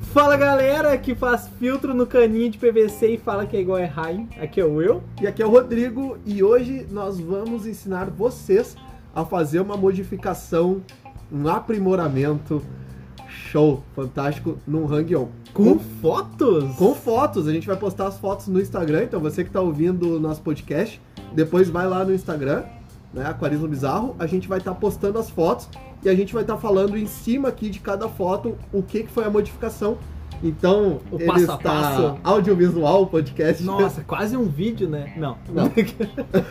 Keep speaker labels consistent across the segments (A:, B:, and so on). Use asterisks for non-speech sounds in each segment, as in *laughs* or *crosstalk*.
A: Fala galera que faz filtro no caninho de PVC e fala que é igual a Erraim. Aqui é o eu.
B: E aqui é o Rodrigo e hoje nós vamos ensinar vocês a fazer uma modificação, um aprimoramento show, fantástico num Hang-On.
A: Com, fotos?
B: Com fotos, a gente vai postar as fotos no Instagram, então você que tá ouvindo o nosso podcast, depois vai lá no Instagram, né, Aquarismo Bizarro, a gente vai estar postando as fotos e a gente vai estar falando em cima aqui de cada foto o que, que foi a modificação. Então,
A: O
B: ele
A: passo a
B: está
A: passo.
B: audiovisual, o podcast.
A: Nossa, quase um vídeo, né? Não.
B: Não.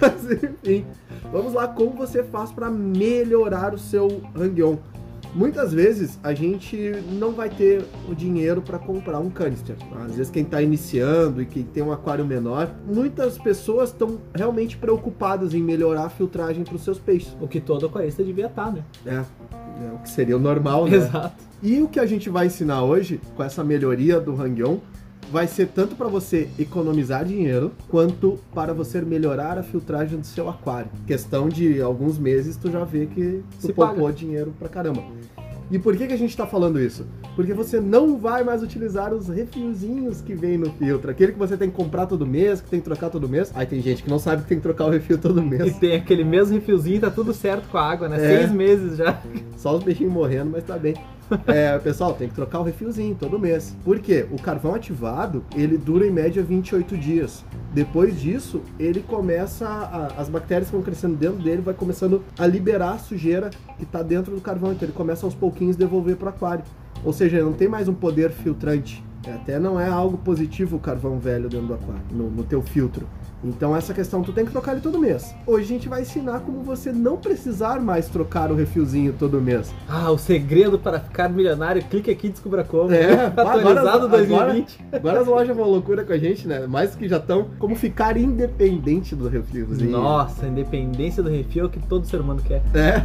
B: Mas, enfim, vamos lá como você faz para melhorar o seu hang-on. Muitas vezes a gente não vai ter o dinheiro para comprar um canister. tá? Às vezes quem está iniciando e quem tem um aquário menor, muitas pessoas estão realmente preocupadas em melhorar a filtragem para os seus peixes.
A: *laughs* O que todo aquarista devia estar, né?
B: É, é o que seria o normal, né?
A: Exato.
B: E o que a gente vai ensinar hoje, com essa melhoria do Hang-On, vai ser tanto para você economizar dinheiro, quanto para você melhorar a filtragem do seu aquário. Questão de alguns meses, tu já vê que tu
A: Se
B: poupou dinheiro pra caramba. E por que, que a gente tá falando isso? Porque você não vai mais utilizar os refilzinhos que vem no filtro. Aquele que você tem que comprar todo mês, que tem que trocar todo mês. Aí tem gente que não sabe que tem que trocar o refil todo mês.
A: E tem aquele mesmo refilzinho, tá tudo certo com a água, né?
B: É.
A: Seis meses já.
B: Só os bichinhos morrendo, mas tá bem. *laughs* É, pessoal, tem que trocar o refilzinho todo mês. Por quê? O carvão ativado, ele dura em média 28 dias. Depois disso, ele começa. a- as bactérias que vão crescendo dentro dele, vai começando a liberar a sujeira que tá dentro do carvão. Então ele começa aos pouquinhos devolver pro aquário. Ou seja, ele não tem mais um poder filtrante. Até não é algo positivo o carvão velho dentro do aquário, no- no teu filtro. Então essa questão tu tem que trocar ele todo mês. Hoje a gente vai ensinar como você não precisar mais trocar o refilzinho
A: *laughs*
B: todo mês.
A: Ah, o segredo para ficar milionário, clique aqui e descubra como.
B: É,
A: Atualizado
B: agora-
A: 2020.
B: Agora as lojas vão loucura com a gente, né? Mais que já estão como ficar independente do refilzinho.
A: Nossa, a independência do refil é o que todo ser humano quer.
B: É.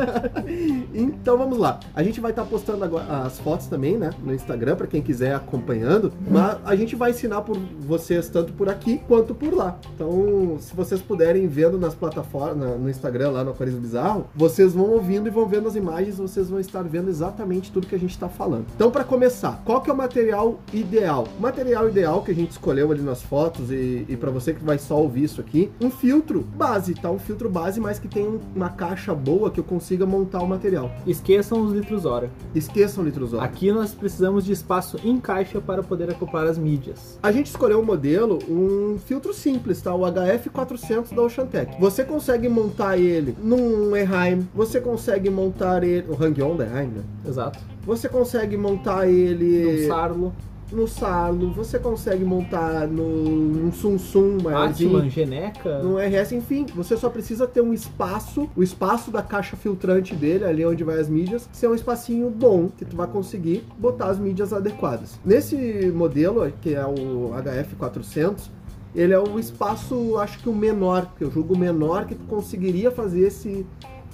B: *laughs* então vamos lá. A gente vai estar postando agora as fotos também, né, no Instagram para quem quiser acompanhando, mas a gente vai ensinar por vocês tanto por aqui quanto por lá. Então, se vocês puderem vendo nas plataformas, na- no Instagram lá no Aquarismo Bizarro, vocês vão ouvindo e vão vendo as imagens, vocês vão estar vendo exatamente tudo que a gente tá falando. Então, para começar, qual que é o material ideal? O material ideal que a gente escolheu ali nas fotos e, e para você que vai só ouvir isso aqui, um filtro base, tá? Um filtro base, mas que tem um- uma caixa boa que eu consiga montar o material.
A: Esqueçam os litros hora.
B: Esqueçam litros óculos.
A: Aqui nós precisamos de espaço em caixa para poder acoplar as mídias.
B: A gente escolheu um modelo, um filtro simples, tá? O HF400 da Oceantec. Você consegue montar ele num Eheim, você consegue montar ele... O Hang-On da Eheim, né?
A: Exato.
B: Você consegue montar
A: Um
B: ele
A: sarlo,
B: no Sarlo, você consegue montar no num Sun Sun maiorzinho,
A: Atman, Geneca.
B: no RS, enfim, você só precisa ter um espaço, o espaço da caixa filtrante dele, ali onde vai as mídias, ser um espacinho bom, que tu vai conseguir botar as mídias adequadas. Nesse modelo, que é o HF400, ele é o espaço, acho que o menor, que eu julgo o menor que tu conseguiria fazer esse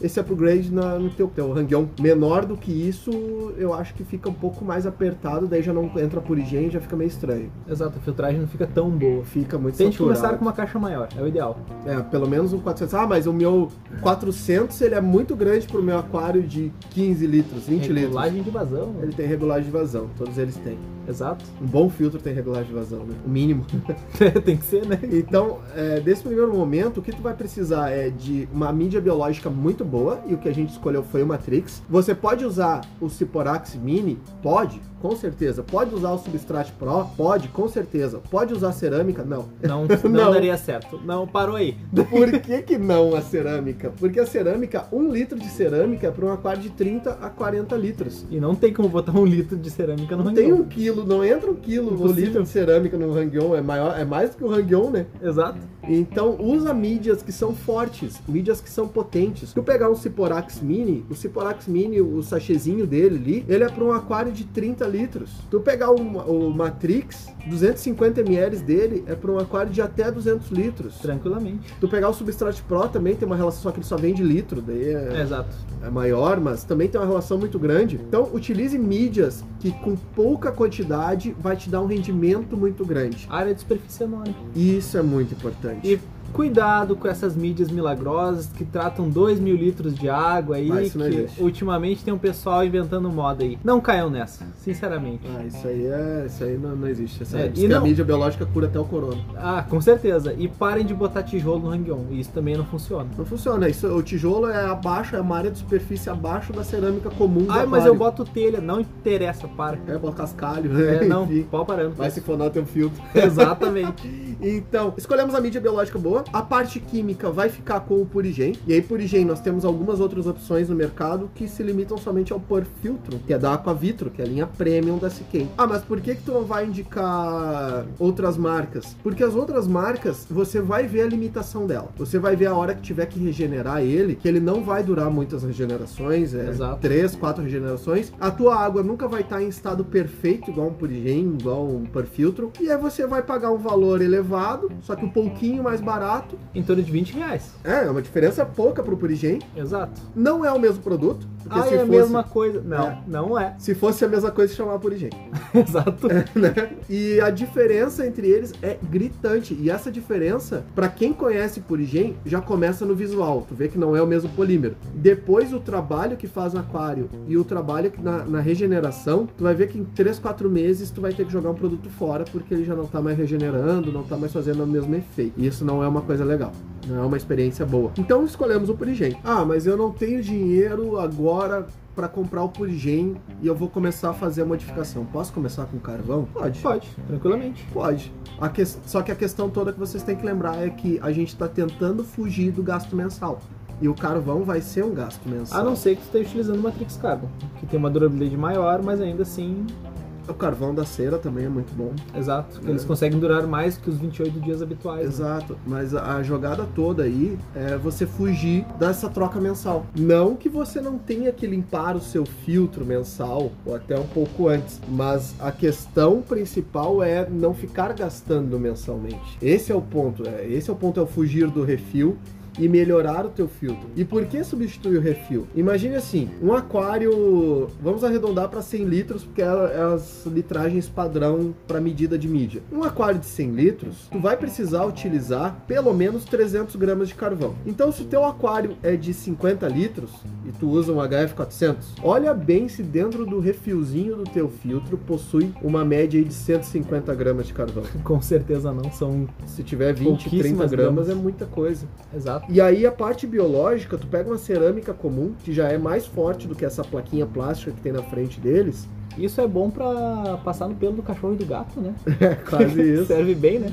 B: esse upgrade na, no teu, teu hang-on. Menor do que isso, eu acho que fica um pouco mais apertado, daí já não entra por higiene, já fica meio estranho.
A: Exato, a filtragem não fica tão boa.
B: Fica muito
A: Tente começar
B: saturado.
A: com uma caixa maior, é o ideal.
B: É, pelo menos um 400. Ah, mas o meu 400, ele é muito grande pro meu aquário de 15 litros, 20 litros.
A: Regulagem de vazão, né?
B: Ele tem regulagem de vazão, todos eles têm.
A: exato. *laughs*
B: Um bom filtro tem regulagem de vazão, né? O mínimo.
A: Tem que ser, né?
B: *laughs* Então, é, desse primeiro momento, o que tu vai precisar é de uma mídia biológica muito boa, e o que a gente escolheu foi o Matrix. Você pode usar o Ciporax Mini? Pode, com certeza. Pode usar o Substrat Pro? Pode, com certeza. Pode usar cerâmica? Não. *laughs*
A: Não, não,
B: Não.
A: daria certo. Não, parou aí.
B: Por que, que não a cerâmica? Porque a cerâmica, um litro de cerâmica é para um aquário de 30 a 40 litros.
A: E não tem como botar um litro de cerâmica no
B: Não tem
A: rango.
B: um quilo, não entra um quilo o
A: Impossível.
B: litro de cerâmica no Hang-On, é, maior- é mais do que o Hang-On, né?
A: Exato.
B: Então usa mídias que são fortes, mídias que são potentes. Se eu pegar um Ciporax Mini, o Ciporax Mini, o sachêzinho dele ali, ele é para um aquário de 30 litros. Se tu pegar um- o Matrix, 250 ml dele é para um aquário de até 200 litros.
A: Tranquilamente.
B: Tu pegar o Substrat Pro também tem uma relação, só que ele só vende litro, daí é,
A: Exato.
B: é maior, mas também tem uma relação muito grande. Então, utilize mídias que com pouca quantidade vai te dar um rendimento muito grande.
A: Área de superfície enorme.
B: E isso é muito importante.
A: E- cuidado com essas mídias milagrosas que tratam 2 mil litros de água aí,
B: Ah,
A: que
B: isso não existe.
A: ultimamente tem um pessoal inventando moda aí. Não caiam nessa, sinceramente.
B: Ah, isso aí é. Isso aí não, não existe. Essa,
A: É,
B: diz
A: e
B: que a
A: não-
B: mídia biológica cura até o corona.
A: Ah, com certeza. E parem de botar tijolo no hang-on, isso também não funciona.
B: Não funciona. Isso, o tijolo é abaixo, é uma área de superfície abaixo da cerâmica comum. do
A: Ah, mas eu
B: aquário.
A: boto telha, não interessa, para.
B: É, bota cascalho,
A: É, não,
B: *laughs* enfim.
A: pau parando.
B: Vai se fonar teu filtro.
A: *laughs* Exatamente.
B: Então, escolhemos a mídia biológica boa. A parte química vai ficar com o Purigen. E aí, Purigen, nós temos algumas outras opções no mercado que se limitam somente ao Pur Filtro, que é da Aquavitro, que é a linha premium da Siquem. Ah, mas por que que tu não vai indicar outras marcas? Porque as outras marcas, você vai ver a limitação dela. Você vai ver a hora que tiver que regenerar ele, que ele não vai durar muitas regenerações, é,
A: Exato.
B: três, quatro regenerações. A tua água nunca vai estar em estado perfeito, igual um purigem, igual um perfiltro. E aí você vai pagar um valor elevado, só que um pouquinho mais barato.
A: Em torno de 20 reais.
B: É, é uma diferença pouca pro purigem.
A: Exato.
B: Não é o mesmo produto, porque
A: ah,
B: se
A: é a
B: fosse...
A: mesma coisa. Não,
B: É.
A: não é. *laughs*
B: Se fosse a mesma coisa, se chamava purigem.
A: Exato.
B: né? E a diferença entre eles é gritante. E essa diferença, pra quem conhece Purigen, já começa no visual. Tu vê que não é o mesmo polímero. Depois, o trabalho que faz no aquário e o trabalho que na, na regeneração, tu vai ver que em 3, 4 meses tu vai ter que jogar um produto fora porque ele já não tá mais regenerando, não tá mais fazendo o mesmo efeito. E isso não é uma coisa legal. Não é uma experiência boa. Então escolhemos o Purigen. Ah, mas eu não tenho dinheiro agora para comprar o Purigen e eu vou começar a fazer a modificação. Posso começar com carvão? Pode.
A: Pode, tranquilamente.
B: Pode. A que- Só que a questão toda que vocês têm que lembrar é que a gente está tentando fugir do gasto mensal. E o carvão vai ser um gasto mensal.
A: A não ser que você esteja utilizando Matrix Carbon, que tem uma durabilidade maior, mas ainda assim,
B: O carvão da cera também é muito bom.
A: exato, que
B: É.
A: eles conseguem durar mais que os 28 dias habituais. né?
B: Exato. Mas a a jogada toda aí é você fugir dessa troca mensal. Não que você não tenha que limpar o seu filtro mensal ou até um pouco antes. Mas a questão principal é não ficar gastando mensalmente. Esse é o ponto. é, Esse é o ponto, é o fugir do refil e melhorar o teu filtro. E por que substitui o refil? Imagine assim, um aquário, vamos arredondar para 100 litros, porque é é as litragens padrão para medida de mídia. Um aquário de 100 litros, tu vai precisar utilizar pelo menos 300 gramas de carvão. Então, se o teu aquário é de 50 litros e tu usa um HF400, olha bem se dentro do refilzinho do teu filtro possui uma média aí de 150 gramas de carvão.
A: Com certeza não são.
B: Se tiver 20, 30
A: Pouquíssimas
B: gramas
A: gramas.
B: é muita coisa.
A: Exato.
B: E aí a parte biológica, tu pega uma cerâmica comum, que já é mais forte do que essa plaquinha plástica que tem na frente deles. *laughs*
A: Isso é bom pra passar no pelo do cachorro e do gato, *laughs* né?
B: É quase isso.
A: Serve bem, né?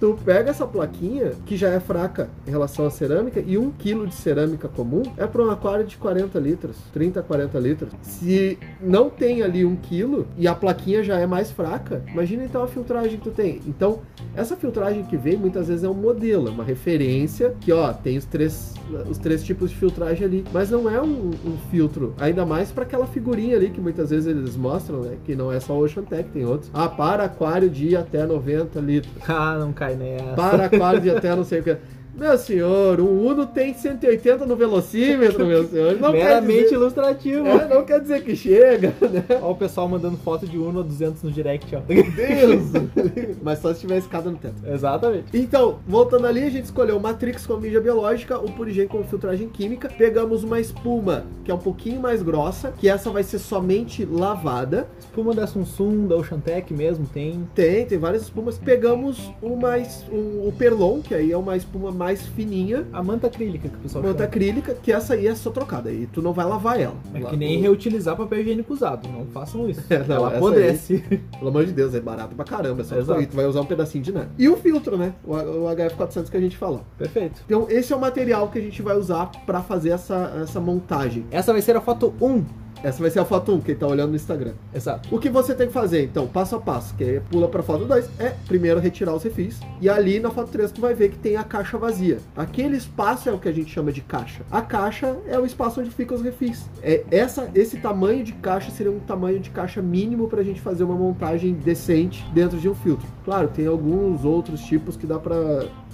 B: tu pega essa plaquinha, que já é fraca em relação à cerâmica, e um quilo de cerâmica comum é para um aquário de 40 litros, 30, 40 litros. Se não tem ali um quilo e a plaquinha já é mais fraca, imagina então a filtragem que tu tem. Então, essa filtragem que vem muitas vezes é um modelo, é uma referência que, ó, tem os três, os três tipos de filtragem ali, mas não é um, um filtro, ainda mais para aquela figurinha ali que muitas vezes eles mostram, né? Que não é só Ocean Tech, tem outros. Ah, para aquário de até 90 litros.
A: Ah, não cai nessa.
B: Para quase até não sei o que. Meu senhor, o Uno tem 180 no velocímetro, meu senhor. Não quer
A: Meramente
B: dizer,
A: ilustrativo. né?
B: é, não quer dizer que chega, né?
A: Ó, o pessoal mandando foto de Uno a 200 no *laughs* direct, ó.
B: Deus! Mas só se tiver escada no teto.
A: Exatamente.
B: Então, voltando ali, a gente escolheu o Matrix com mídia biológica, o Purigen com filtragem química. Pegamos uma espuma que é um pouquinho mais grossa, que essa vai ser somente lavada.
A: Espuma da Samsung, da Ocean Tech mesmo, tem.
B: Tem, tem várias espumas. Pegamos uma, es- um- o Perlon, que aí é uma espuma mais fininha.
A: A manta acrílica que o pessoal
B: Manta
A: chama.
B: acrílica, que essa aí é só trocada, e tu não vai lavar ela.
A: É
B: Lá-
A: que nem
B: o-
A: reutilizar papel higiênico usado. Não façam *laughs* isso.
B: É, não, essa
A: Ela
B: aí-
A: apodrece. *laughs*
B: Pelo amor de Deus, é barato pra caramba. é Só
A: Exato.
B: e tu vai usar um pedacinho de nada. E o filtro, né? O, o HF400 que a gente falou.
A: Perfeito.
B: Então, esse é o material que a gente vai usar pra fazer essa, essa montagem.
A: Essa vai ser a foto 1.
B: Essa vai ser a foto 1, quem tá olhando no Instagram.
A: Exato.
B: O que você tem que fazer, então, passo a passo, que aí pula pra foto 2, é primeiro retirar os refis. E ali na foto 3 tu vai ver que tem a caixa vazia. Aquele espaço é o que a gente chama de caixa. A caixa é o espaço onde ficam os refis. É essa, esse tamanho de caixa seria um tamanho de caixa mínimo pra gente fazer uma montagem decente dentro de um filtro. Claro, tem alguns outros tipos que dá pra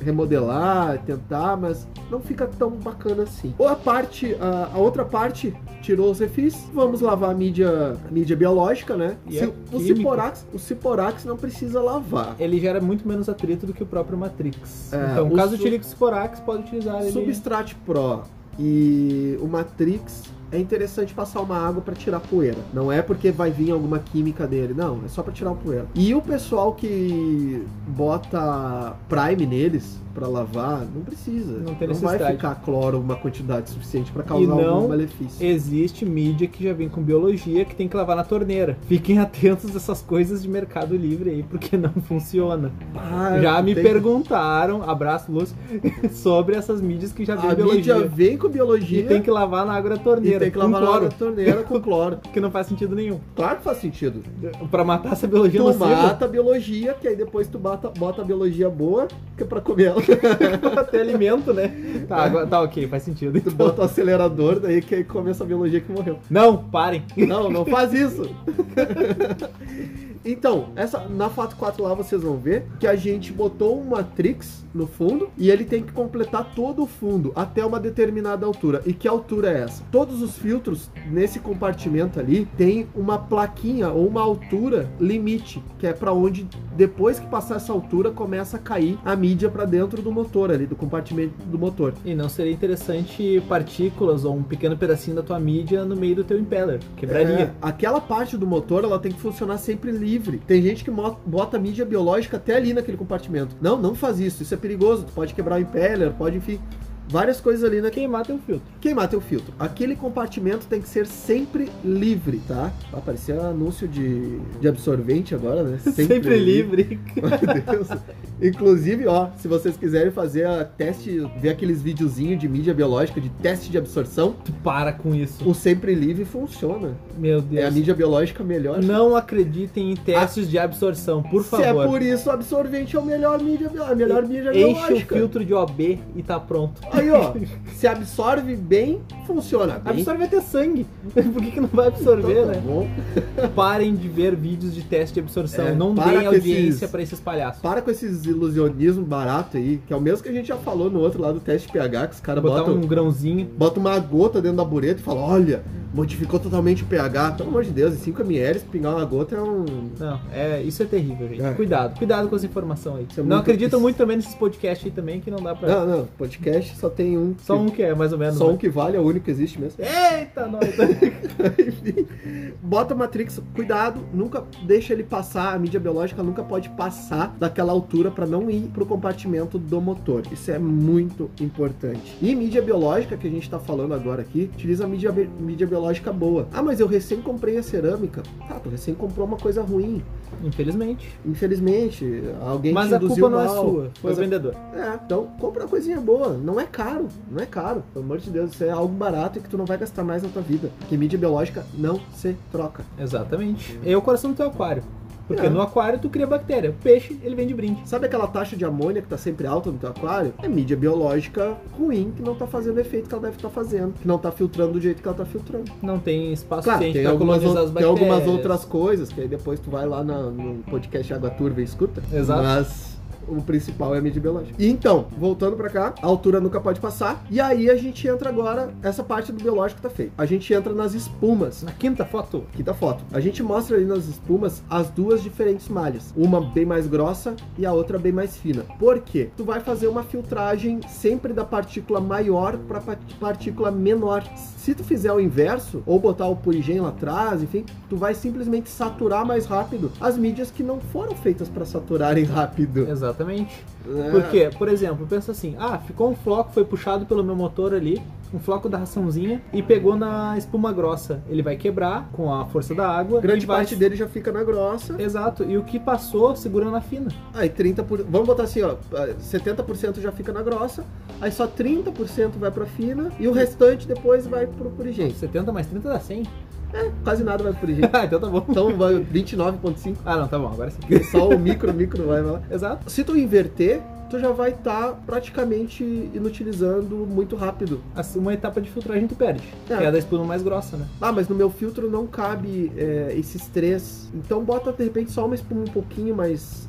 B: remodelar, tentar, mas não fica tão bacana assim. Ou a parte, a, a outra parte tirou os refis, vamos lavar a mídia, a mídia biológica, né?
A: E
B: Se-
A: é
B: o,
A: química.
B: ciporax, o ciporax não precisa lavar.
A: Ele gera muito menos atrito do que o próprio Matrix.
B: É,
A: então,
B: o
A: caso
B: su-
A: utilize o Sporax, pode utilizar ele.
B: Substrat Pro e o Matrix é interessante passar uma água pra tirar poeira. Não é porque vai vir alguma química dele, não, é só pra tirar o poeira. E o pessoal que bota Prime neles pra lavar, não precisa.
A: Não tem
B: vai
A: necessidade.
B: ficar cloro uma quantidade suficiente pra causar
A: não-
B: algum malefício.
A: Existe mídia que já vem com biologia que tem que lavar na torneira. Fiquem atentos a essas coisas de mercado livre aí, porque *laughs* não funciona.
B: Ah,
A: já me
B: tem-
A: perguntaram, abraço Lúcio, *laughs* sobre essas mídias que já vem
B: A
A: biologia.
B: mídia vem com biologia
A: E tem que lavar na água da torneira.
B: tem que
A: com
B: lavar na
A: cloro,
B: água da
A: *laughs*
B: torneira com cloro.
A: que não faz sentido nenhum.
B: Claro que faz sentido.
A: Pra matar essa biologia
B: Tu
A: nociva,
B: mata a biologia, que aí depois tu bota, bota a biologia boa, que é pra comer ela. *laughs*
A: *laughs* até alimento, né? Tá,
B: É.
A: agora- tá ok, faz sentido.
B: Tu
A: Então,
B: bota o acelerador, daí que aí come essa biologia que morreu.
A: não, parem.
B: Não, não faz isso! *laughs* Então, essa, na Fato 4 lá vocês vão ver que a gente botou um Matrix no fundo e ele tem que completar todo o fundo até uma determinada altura. E que altura é essa? Todos os filtros nesse compartimento ali tem uma plaquinha ou uma altura limite, que é pra onde depois que passar essa altura começa a cair a mídia pra dentro do motor ali, do compartimento do motor.
A: E não seria interessante partículas ou um pequeno pedacinho da tua mídia no meio do teu impeller? Quebraria.
B: É, aquela parte do motor ela tem que funcionar sempre livre. Tem gente que mo- bota a mídia biológica até ali naquele compartimento. Não, não faz isso. Isso é perigoso. Tu pode quebrar o impeller, pode, enfim, várias coisas ali né? naquele
A: Queimar teu filtro.
B: queimar teu é filtro. Aquele compartimento tem que ser sempre livre, tá? Vai aparecer anúncio de, de absorvente
A: *laughs*
B: agora, né?
A: Sempre, livre.
B: Meu Deus. Inclusive, ó, se vocês quiserem fazer a teste, ver aqueles videozinhos de mídia biológica, de teste de absorção,
A: Tu para com isso.
B: o sempre livre funciona.
A: Meu
B: É a
A: Deus.
B: mídia biológica melhor.
A: Não acreditem em testes de absorção, por
B: Se é
A: favor.
B: por isso, o absorvente é o melhor mídia, a melhor mídia
A: Enche o
B: biológica.
A: filtro de OB e tá pronto. *laughs*
B: Aí, ó, se absorve bem, funciona bem.
A: Absorve até
B: *laughs*
A: sangue. Por que, que não vai absorver,
B: Então tá
A: né?
B: bom.
A: Parem de ver vídeos de teste de absorção.
B: É,
A: não
B: para
A: deem
B: com esses-
A: audiência pra esses palhaços.
B: Para com esses ilusionismos barato aí, que é o mesmo que a gente já falou no outro lado do teste de pH, que os caras
A: Botar
B: botam
A: um grãozinho.
B: bota uma gota dentro da bureta e fala, olha, modificou totalmente o pH. Pelo amor de Deus, em 5 ml, pingar uma gota é um...
A: Não, é, isso é terrível, gente.
B: É.
A: Cuidado, cuidado com essa informação aí.
B: Isso é
A: não
B: muito-
A: acreditam
B: isso-
A: muito também nesses podcasts aí também, que não dá pra.
B: Não, não, podcast só tem um.
A: É. Só um que é, mais ou
B: que,
A: menos.
B: só
A: né?
B: um que vale, é o único que existe mesmo.
A: Eita, nós. *laughs*
B: *laughs* Enfim, Bota o Matrix, cuidado, nunca deixa ele passar, a mídia biológica nunca pode passar daquela altura para não ir pro compartimento do motor. Isso é muito importante. E mídia biológica que a gente tá falando agora aqui, utiliza mídia, bi- mídia biológica boa. Ah, mas eu recém comprei a cerâmica. Tá, tu recém comprou uma coisa ruim.
A: Infelizmente.
B: Infelizmente, alguém
A: Mas
B: te
A: a
B: induziu
A: culpa não é
B: mal.
A: sua, foi o
B: Mas a-
A: vendedor.
B: É, então compra uma coisinha boa. Não é caro, não é caro. Pelo amor de Deus, isso é algo barato e que tu não vai gastar mais na tua vida. Que mídia biológica não se troca.
A: Exatamente. É o coração do teu aquário. Porque
B: É.
A: no aquário tu cria bactéria. O peixe, ele vem de brinde.
B: Sabe aquela taxa de amônia que tá sempre alta no teu aquário? É mídia biológica ruim que não tá fazendo o efeito que ela deve estar fazendo, que não tá filtrando do jeito que ela tá filtrando.
A: Não tem espaço
B: Claro,
A: suficiente
B: tem
A: pra
B: algumas,
A: colonizar
B: ou-
A: as
B: tem
A: bactérias.
B: algumas outras coisas que aí depois tu vai lá na- no podcast Água Turva e escuta.
A: Exato.
B: Mas o principal é a mídia biológica. E então, voltando pra cá, a altura nunca pode passar. E aí a gente entra agora, essa parte do biológico tá feita. A gente entra nas espumas.
A: Na quinta foto,
B: Aqui da foto. A gente mostra ali nas espumas as duas diferentes malhas. Uma bem mais grossa e a outra bem mais fina. Por quê? Tu vai fazer uma filtragem sempre da partícula maior para partícula menor. Se tu fizer o inverso, ou botar o purigen lá atrás, enfim, tu vai simplesmente saturar mais rápido as mídias que não foram feitas para saturarem *laughs* rápido.
A: exatamente.
B: né?
A: Porque, por exemplo, pensa assim: ah, ficou um floco, foi puxado pelo meu motor ali, um floco da raçãozinha, e pegou na espuma grossa. Ele vai quebrar com a força da água.
B: Grande
A: e vai-
B: parte dele já fica na grossa.
A: Exato, e o que passou segura na fina.
B: Aí 30%. Por... Vamos botar assim, ó. eh, 70% já fica na grossa, aí só 30% vai pra fina e o restante depois vai pro purigente.
A: 70 mais 30 dá 100.
B: Quase nada vai pro purigente.
A: Ah, *laughs* então tá bom.
B: *laughs* Então vai 29,5%.
A: Ah, não, tá bom, agora sim. *laughs*
B: Só o é micro, micro vai vai lá.
A: Exato.
B: Se tu inverter, tu já vai estar praticamente inutilizando muito rápido.
A: Assim, Uma etapa de filtragem tu perde.
B: É.
A: Que é a da espuma mais grossa, né?
B: Ah, mas no meu filtro não cabe é, esses três. Então bota de repente só uma espuma um pouquinho mais.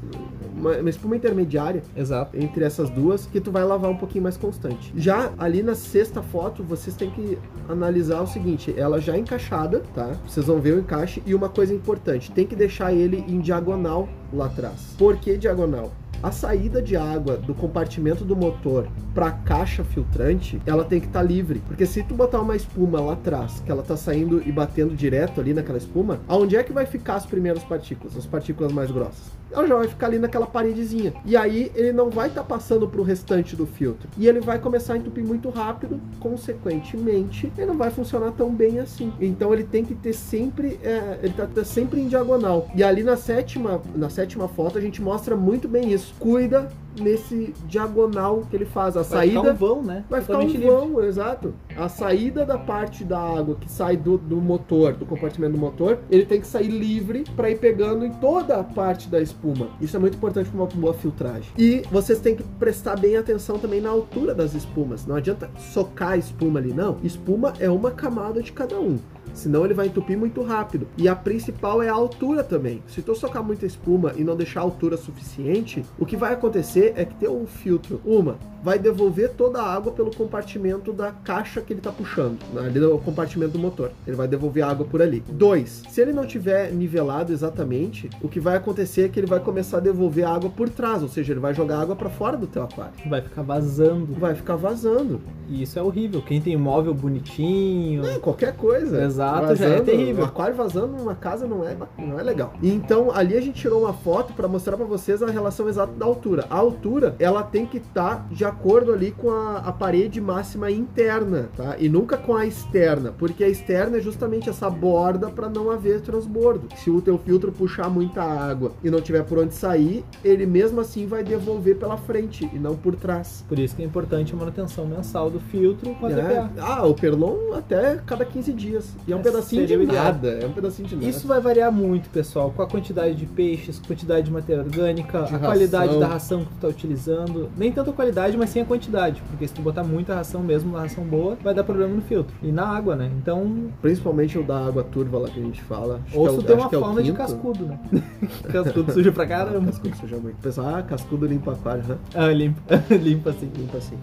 B: Uma, uma espuma intermediária
A: Exato.
B: entre essas duas que tu vai lavar um pouquinho mais constante. Já ali na sexta foto, vocês têm que analisar o seguinte, ela já encaixada, tá? Vocês vão ver o encaixe e uma coisa importante, tem que deixar ele em diagonal lá atrás. Por que diagonal? A saída de água do compartimento do motor para a caixa filtrante, ela tem que estar livre, porque se tu botar uma espuma lá atrás, que ela tá saindo e batendo direto ali naquela espuma, aonde é que vai ficar as primeiras partículas, as partículas mais grossas? ela já vai ficar ali naquela paredezinha. E aí ele não vai estar passando pro restante do filtro. E ele vai começar a entupir muito rápido, consequentemente, ele não vai funcionar tão bem assim. Então ele tem que ter sempre, é, ele tá, tá sempre em diagonal. E ali na sétima, na sétima foto a gente mostra muito bem isso. Cuida nesse diagonal que ele faz a
A: Vai ficar
B: saída
A: um vão, né?
B: Vai ficar um
A: Totalmente
B: vão, exato. A saída da parte da água que sai do, do motor, do compartimento do motor, ele tem que sair livre para ir pegando em toda a parte da espuma. Isso é muito importante para uma boa filtragem. E vocês têm que prestar bem atenção também na altura das espumas. Não adianta socar a espuma ali, não. Espuma é uma camada de cada um. Senão ele vai entupir muito rápido. E a principal é a altura também. Se tu socar muita espuma e não deixar a altura suficiente, o que vai acontecer é que teu filtro, uma, vai devolver toda a água pelo compartimento da caixa que ele tá puxando, ali no compartimento do motor. Ele vai devolver a água por ali. Dois, se ele não tiver nivelado exatamente, o que vai acontecer é que ele vai começar a devolver a água por trás, ou seja, ele vai jogar água para fora do teu aquário.
A: livre. Vai ficar vazando.
B: Vai ficar vazando.
A: E isso é horrível. Quem tem móvel bonitinho.
B: É, qualquer coisa.
A: Exato, já é terrível.
B: Um aquário vazando numa casa não é, ba- não é legal. Então, ali a gente tirou uma foto pra mostrar pra vocês a relação exata da altura. A altura, ela tem que estar de acordo ali com a, a parede máxima interna, tá? E nunca com a externa, porque a externa é justamente essa borda pra não haver transbordo. Se o teu filtro puxar muita água e não tiver por onde sair, ele mesmo assim vai devolver pela frente e não por trás.
A: Por isso que é importante a manutenção mensal do filtro com a
B: É.
A: TPA.
B: Ah, o Perlon até cada 15 dias. E é um
A: É,
B: pedacinho de
A: seria o ideal.
B: nada. É um pedacinho de nada.
A: Isso vai variar muito, pessoal, com a quantidade de peixes, quantidade de matéria orgânica,
B: De
A: a qualidade
B: ração.
A: da ração que tu tá utilizando. Nem tanto a qualidade, mas sim a quantidade. Porque se tu botar muita ração mesmo, uma ração boa, vai dar problema no filtro. E na água, né? Então,
B: Principalmente o da água turva lá que a gente fala. Acho
A: ou
B: que é o-
A: se tu tem
B: acho
A: uma
B: que é o
A: fauna de
B: quinto.
A: cascudo, né?
B: *laughs*
A: cascudo suja pra
B: Ah,
A: caramba.
B: cascudo suja muito. O Pessoal, ah, cascudo limpa aquário, né?
A: Ah, *laughs* limpa, limpa assim.
B: Limpa assim.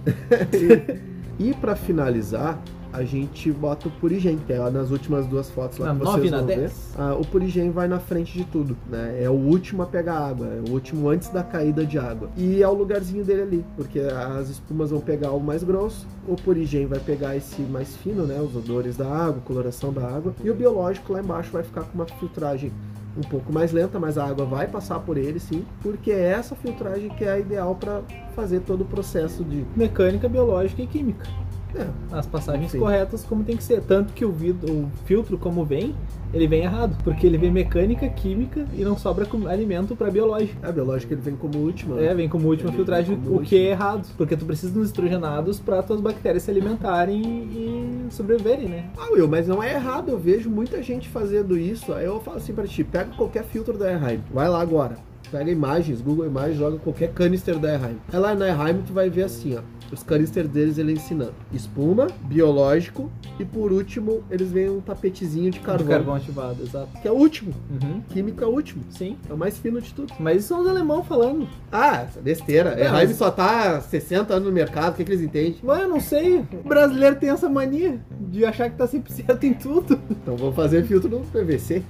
B: e pra finalizar, a gente bota o Purigen, que é nas últimas duas fotos lá
A: Na
B: que
A: 9
B: vocês
A: na
B: vão ver.
A: 10.
B: Ah, o Purigen vai na frente de tudo, né? É o último a pegar água, é o último antes da caída de água. E é o lugarzinho dele ali, porque as espumas vão pegar o mais grosso, o Purigen vai pegar esse mais fino, né? Os odores da água, coloração da água, e o biológico lá embaixo vai ficar com uma filtragem um pouco mais lenta, mas a água vai passar por ele sim, porque é essa filtragem que é a ideal para fazer todo o processo de
A: Mecânica, biológica e química.
B: É.
A: As passagens
B: Sim.
A: corretas como tem que ser. Tanto que o, vid- o filtro, como vem, ele vem errado. Porque ele vem mecânica, química e não sobra com- alimento para biológico.
B: a biológica ele vem como última.
A: É, vem como última
B: Ele vem
A: filtragem,
B: como
A: o que é errado. Porque tu precisa dos nitrogenados para tuas bactérias se alimentarem e sobreviverem, né?
B: Ah, Will, mas não é errado, eu vejo muita gente fazendo isso. Aí eu falo assim pra ti, pega qualquer filtro da Airheim, vai lá agora. Pega imagens, Google Imagens, joga qualquer canister da Airheim. Aí lá na Airheim tu vai ver assim, ó. Os canisters deles ele ensinando. Espuma, biológico e por último eles vêm um tapetezinho de
A: De
B: carvão.
A: carvão ativado, exato.
B: Que é o último.
A: Uhum,
B: Química é o último.
A: Sim.
B: É o mais fino de tudo.
A: Mas isso são os alemão falando.
B: Ah, essa besteira.
A: Não,
B: Airheim
A: mas-
B: só tá há 60 anos no mercado, o que, que eles entendem?
A: Mas eu não sei. O brasileiro tem essa mania de achar que tá sempre *laughs* certo em tudo.
B: Então vamos fazer filtro no PVC.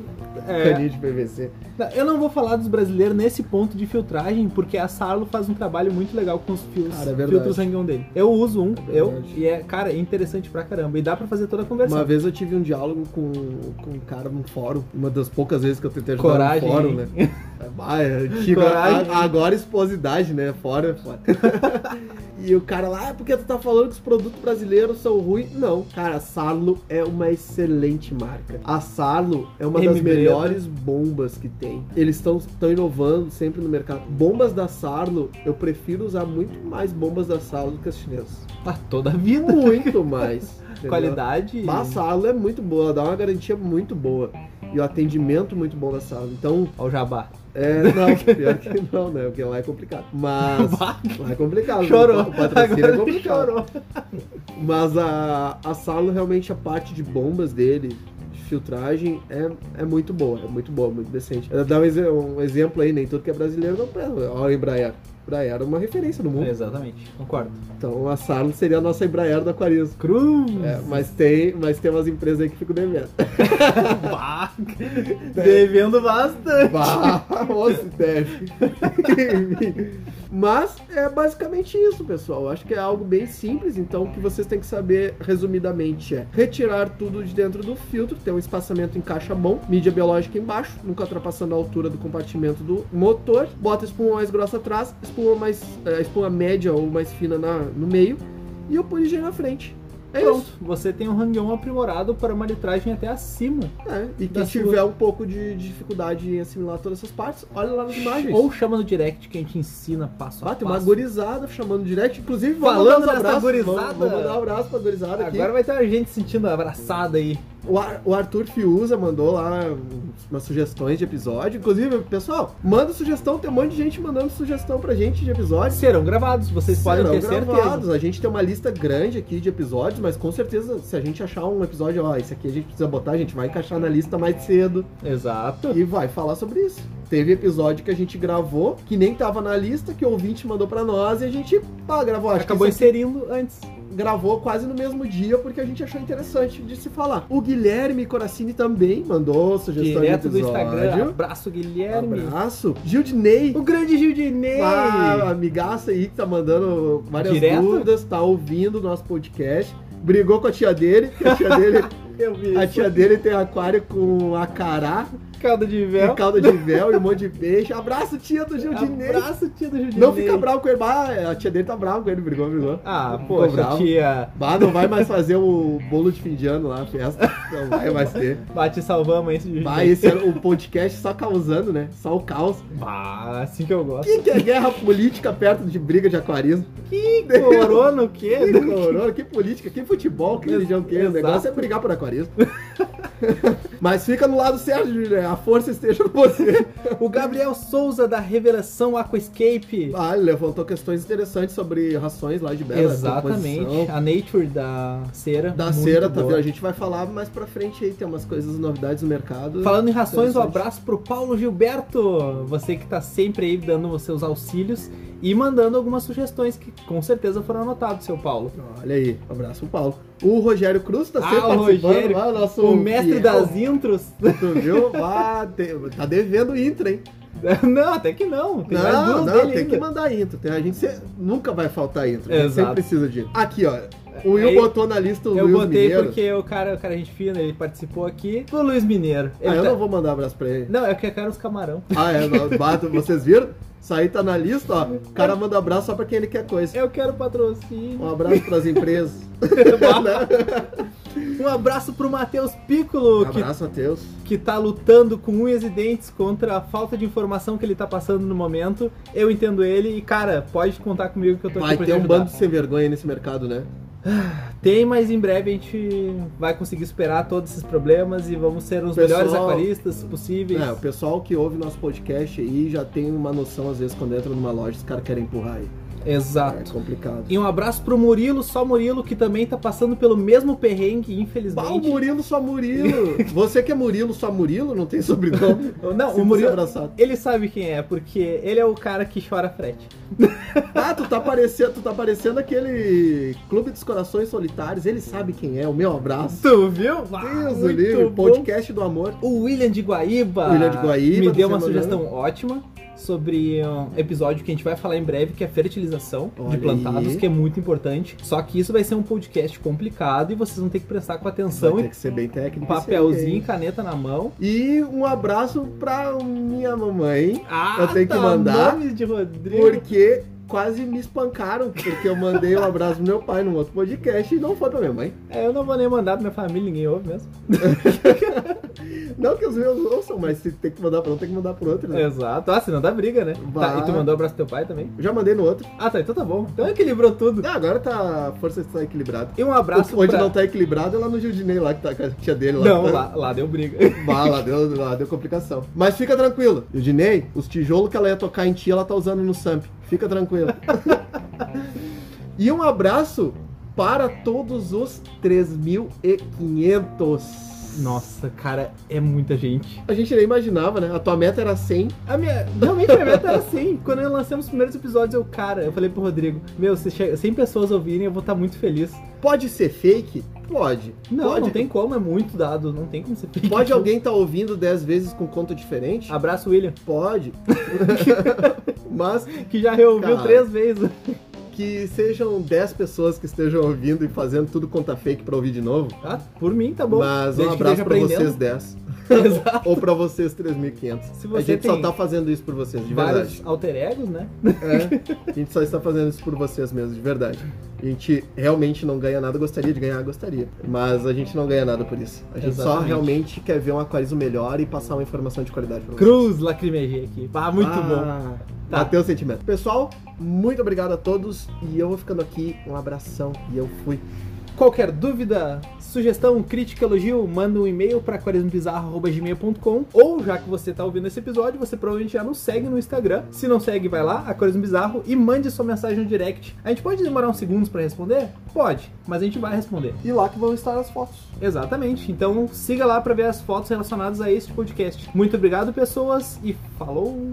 A: É.
B: Caninho de PVC.
A: Tá, Eu não vou falar dos brasileiros nesse ponto de filtragem, porque a Sarlo faz um trabalho muito legal com os fios,
B: Cara, é verdade.
A: filtros hang-on dele. Eu uso um,
B: É
A: eu,
B: verdade.
A: e é, cara, é interessante pra caramba. E dá pra fazer toda a conversa.
B: Uma vez eu tive um diálogo com, com um cara num fórum, uma das poucas vezes que eu tentei ajudar
A: Coragem,
B: num fórum,
A: hein?
B: né? Ah, é antigo,
A: Coragem.
B: a- agora esposidade, né? Fora, é foda. *laughs* e o cara lá, ah, porque tu tá falando que os produtos brasileiros são ruins? Não, cara, a Sarlo é uma excelente marca. A Sarlo é uma das
A: MB, né?
B: melhores bombas que tem. Eles estão inovando sempre no mercado. Bombas da Sarlo, eu prefiro usar muito mais bombas da Sarlo do que as
A: *laughs*
B: chinesas.
A: *laughs* Ah, toda a vida.
B: Muito mais. entendeu?
A: Qualidade.
B: Mas A sala é muito boa, ela dá uma garantia muito boa. E o atendimento muito bom da sala. Então, *laughs*
A: Ó, o jabá. *laughs*
B: É, não, pior que não, né? Porque lá é complicado. Mas.
A: Bah,
B: Lá é complicado. né?
A: Chorou.
B: O patrocínio é
A: Agora ele
B: complicado.
A: chorou.
B: Mas a, a Salo, realmente, a parte de bombas dele, de filtragem, é, é muito boa. É muito boa, muito decente. Eu Dá um, exe- um exemplo aí, nem tudo que é brasileiro não pega. Olha a Embraer. Embraer é uma referência no mundo.
A: Exatamente, concordo.
B: Então a Salo seria a nossa Embraer do Aquarismo.
A: Cruz! *laughs*
B: É, mas, tem, mas tem umas empresas aí que ficam devendo.
A: Bah,
B: É.
A: devendo bastante.
B: Nossa, deve. Mas é basicamente isso, pessoal. Eu Acho que é algo bem simples, então o que vocês têm que saber resumidamente é retirar tudo de dentro do filtro, ter um espaçamento em caixa bom, mídia biológica embaixo, nunca ultrapassando a altura do compartimento do motor, bota a espuma mais grossa atrás, espuma mais eh, espuma média ou mais fina na- no meio e o poliger na frente. É isso.
A: Pronto, você tem um hang-on aprimorado para uma litragem até acima.
B: É, e quem
A: Da
B: tiver um pouco de dificuldade em assimilar todas essas partes, olha lá nas imagens.
A: Ou chama no direct que a gente ensina passo a
B: Ah, tem uma
A: passo.
B: gurizada chamando direct, inclusive
A: Falando
B: falando
A: dessa
B: abraço.
A: um gurizada.
B: Vamos, vamos mandar um abraço pra gurizada aqui.
A: Agora vai ter a gente sentindo abraçada aí.
B: O, Ar- o Arthur Fiuza mandou lá umas sugestões de episódio. Inclusive, pessoal, manda sugestão, tem um monte de gente mandando sugestão pra gente de episódios.
A: Serão gravados, vocês podem
B: Serão
A: ter certeza.
B: gravados. A gente tem uma lista grande aqui de episódios, mas com certeza, se a gente achar um episódio, ó, esse aqui a gente precisa botar, a gente vai encaixar na lista mais cedo.
A: Exato.
B: e vai falar sobre isso. Teve episódio que a gente gravou, que nem tava na lista, que o ouvinte mandou pra nós e a gente pá, gravou. Acho
A: Acabou
B: que esse
A: inserindo antes.
B: aqui gravou quase no mesmo dia porque a gente achou interessante de se falar. O Guilherme Coracini também mandou sugestão
A: Direto
B: de
A: do
B: episódio.
A: Instagram. Abraço, Guilherme.
B: Abraço. Gildinei.
A: O grande Gildinei.
B: Ah, amigaça aí que tá mandando várias
A: Direto?
B: dúvidas, tá ouvindo o nosso podcast. Brigou com a tia dele, que a tia dele,
A: Eu vi.
B: a
A: *laughs* isso.
B: tia dele tem aquário com a cará,
A: Calda de
B: e
A: véu.
B: calda de véu e um monte de peixe. Abraço, tia do Gildinei.
A: Abraço, tia do Gildinei.
B: Não fica bravo com ele. Ah, a tia dele tá brava com ele, brigou, brigou.
A: Ah,
B: Ficou
A: poxa,
B: bravo.
A: tia.
B: Bah, não vai mais fazer o bolo de fim de ano lá, a festa. Não vai mais ter.
A: Bate salvamos esse Gildinei.
B: Bah, esse é o podcast só causando, né? Só o caos.
A: Bah, assim que eu
B: O
A: gosto.
B: que, que é guerra política perto de briga de aquarismo?
A: Que corona o quê?
B: Que corona, que política, que futebol, que religião, que o
A: Exato.
B: negócio é brigar por aquarismo. *laughs* Mas fica no lado certo, Juliana. A força esteja com você.
A: O Gabriel Souza da Revelação Aquascape.
B: Ah, ele levantou questões interessantes sobre rações lá de Bela.
A: Exatamente.
B: composição.
A: A Nature da cera.
B: Da
A: muito
B: cera, tá
A: boa.
B: vendo? A gente vai falar mais pra frente aí, tem umas coisas, novidades no mercado.
A: Falando em rações, um
B: Interessante.
A: abraço pro Paulo Gilberto, você que tá sempre aí dando os seus auxílios e mandando algumas sugestões que com certeza foram anotadas, seu Paulo.
B: Olha aí, um abraço pro Paulo. O Rogério Cruz tá
A: Ah,
B: sempre
A: o
B: participando
A: Rogério,
B: lá, o nosso
A: O mestre
B: fiel,
A: das intros.
B: *laughs*
A: *laughs*
B: Tu viu? Ah, tem- tá devendo intro, hein?
A: Não, até que não. Tem mais
B: não,
A: duas
B: não,
A: dele
B: tem
A: ainda.
B: que mandar intro. Tem, a gente se- nunca vai faltar intro. A gente
A: Exato.
B: sempre precisa de intro. Aqui, ó. O Will
A: Aí,
B: botou na lista o
A: Eu
B: Luiz
A: botei
B: Mineiro.
A: porque o cara, o cara gente fina, ele participou aqui. O Luiz Mineiro. Ele
B: Ah, eu
A: tá-
B: não vou mandar abraço pra ele.
A: Não, é que eu quero os camarão.
B: Ah, é, não, *laughs* bato, vocês viram? Isso aí tá na lista, ó. O cara manda abraço só pra quem ele quer coisa.
A: Eu quero patrocínio.
B: *laughs* Um abraço
A: *laughs*
B: pras empresas.
A: Um abraço pro Matheus Piccolo, que
B: *laughs* Abraço, Matheus.
A: que tá lutando com unhas e dentes contra a falta de informação que ele tá passando no momento. Eu entendo ele e, cara, pode contar comigo que eu tô
B: Vai
A: aqui pra
B: ter
A: te
B: um
A: ajudar.
B: bando sem vergonha nesse mercado, né?
A: Tem, mas em breve a gente vai conseguir superar todos esses problemas e vamos ser os
B: Pessoal-
A: melhores aquaristas possíveis.
B: É, o pessoal que ouve nosso podcast aí já tem uma noção, às vezes, quando entra numa loja, os caras querem empurrar aí. É
A: Exato.
B: complicado.
A: E um abraço pro Murilo, só Murilo, que também tá passando pelo mesmo perrengue,
B: Bah, Ah, o
A: infelizmente.
B: Murilo
A: *laughs*
B: só Murilo. Você que é Murilo só Murilo, não tem sobrenome.
A: Não,
B: Sinta-se
A: o Murilo.
B: abraçado.
A: Ele sabe quem é, porque ele é o cara que chora frete.
B: Ah, tu tá parecendo, tu tá parecendo aquele Clube dos Corações Solitários. Ele sabe quem é. O meu abraço.
A: Tu viu? Ah,
B: Deus, o
A: muito
B: livre,
A: bom.
B: podcast do amor.
A: O William de Guaíba,
B: O William de Guaíba,
A: me deu
B: você
A: uma
B: mandou.
A: sugestão ótima sobre um episódio que a gente vai falar em breve, que é fertilização
B: Olha
A: de plantados,
B: aí.
A: que é muito importante. Só que isso vai ser um podcast complicado e vocês vão ter que prestar com atenção
B: Vai
A: e
B: ter que ser bem técnico. isso aí,
A: um papelzinho e
B: hein?
A: caneta na mão.
B: E um abraço pra minha mamãe.
A: Ah,
B: Eu tenho que mandar,
A: Nomes de Rodrigo.
B: Porque quase me espancaram, porque eu mandei um abraço pro meu pai num outro podcast e não foi pra minha mãe.
A: É, eu não vou nem mandar pra minha família, ninguém ouve mesmo.
B: Não que os meus não são, mas se tem que mandar pra um, tem que mandar pro outro, né?
A: Exato. Ah, senão dá briga, né? Tá,
B: Vai.
A: e tu mandou um abraço pro teu pai também?
B: Já mandei no outro.
A: Ah, tá. Então tá bom. Então equilibrou tudo.
B: Ah, agora tá. A força está equilibrada.
A: E um abraço
B: Onde
A: pra...
B: não tá equilibrado é lá no Judinei, lá que tá com a tia dele lá.
A: Não, lá, lá deu
B: *laughs*
A: briga.
B: Bah, lá deu, lá deu complicação. Mas fica tranquilo. Judinei, os tijolos que ela ia tocar em ti, ela tá usando no Samp.
A: *laughs*
B: Fica tranquilo. e um abraço para todos os 3.500.
A: Nossa, cara, é muita gente.
B: A gente nem imaginava, né? A tua meta era 100.
A: A minha, realmente a minha meta era assim. Quando eu lancei os primeiros episódios, eu, cara, eu falei pro Rodrigo, meu, se che- 100 pessoas ouvirem, eu vou estar muito feliz.
B: Pode ser fake? Pode.
A: Não,
B: pode,
A: não tem como, é muito dado, não tem como ser fake. Ah.
B: Pode alguém tá ouvindo 10 vezes com conta diferente?
A: Abraço, William, *laughs*
B: Pode. Mas
A: que já reouviu
B: Cara.
A: três vezes.
B: que sejam 10 pessoas que estejam ouvindo e fazendo tudo conta fake pra ouvir de novo.
A: Tá? Por mim, tá bom.
B: Mas um
A: Desde que
B: abraço pra
A: esteja
B: vocês 10.
A: aprendendo. *laughs* Exato.
B: Ou pra vocês 3.500.
A: Se você
B: a gente só
A: tem
B: tá fazendo isso por vocês, de verdade.
A: Vários alter egos, né?
B: É, a gente só está fazendo isso por vocês mesmo, de verdade. A gente realmente não ganha nada, gostaria de ganhar, gostaria. Mas a gente não ganha nada por isso. A gente só
A: Exatamente.
B: realmente quer ver um aquarismo melhor e passar uma informação de qualidade pra vocês.
A: Cruz, lacrimejei aqui. Ah, muito bom.
B: ah,
A: Tá.
B: Bateu o sentimento. Pessoal, muito obrigado a todos. E eu vou ficando aqui. Um abração e eu fui.
A: Qualquer dúvida, sugestão, crítica, elogio, manda um e-mail para aquarismobizarro.gmail.com ou já que você tá ouvindo esse episódio, você provavelmente já nos segue no Instagram. Se não segue, vai lá, Aquarismo Bizarro, e mande sua mensagem no direct. A gente pode demorar uns segundos para responder? Pode, mas a gente vai responder.
B: E lá que vão estar as fotos.
A: Exatamente. Então siga lá para ver as fotos relacionadas a este podcast. Muito obrigado, pessoas, e falou!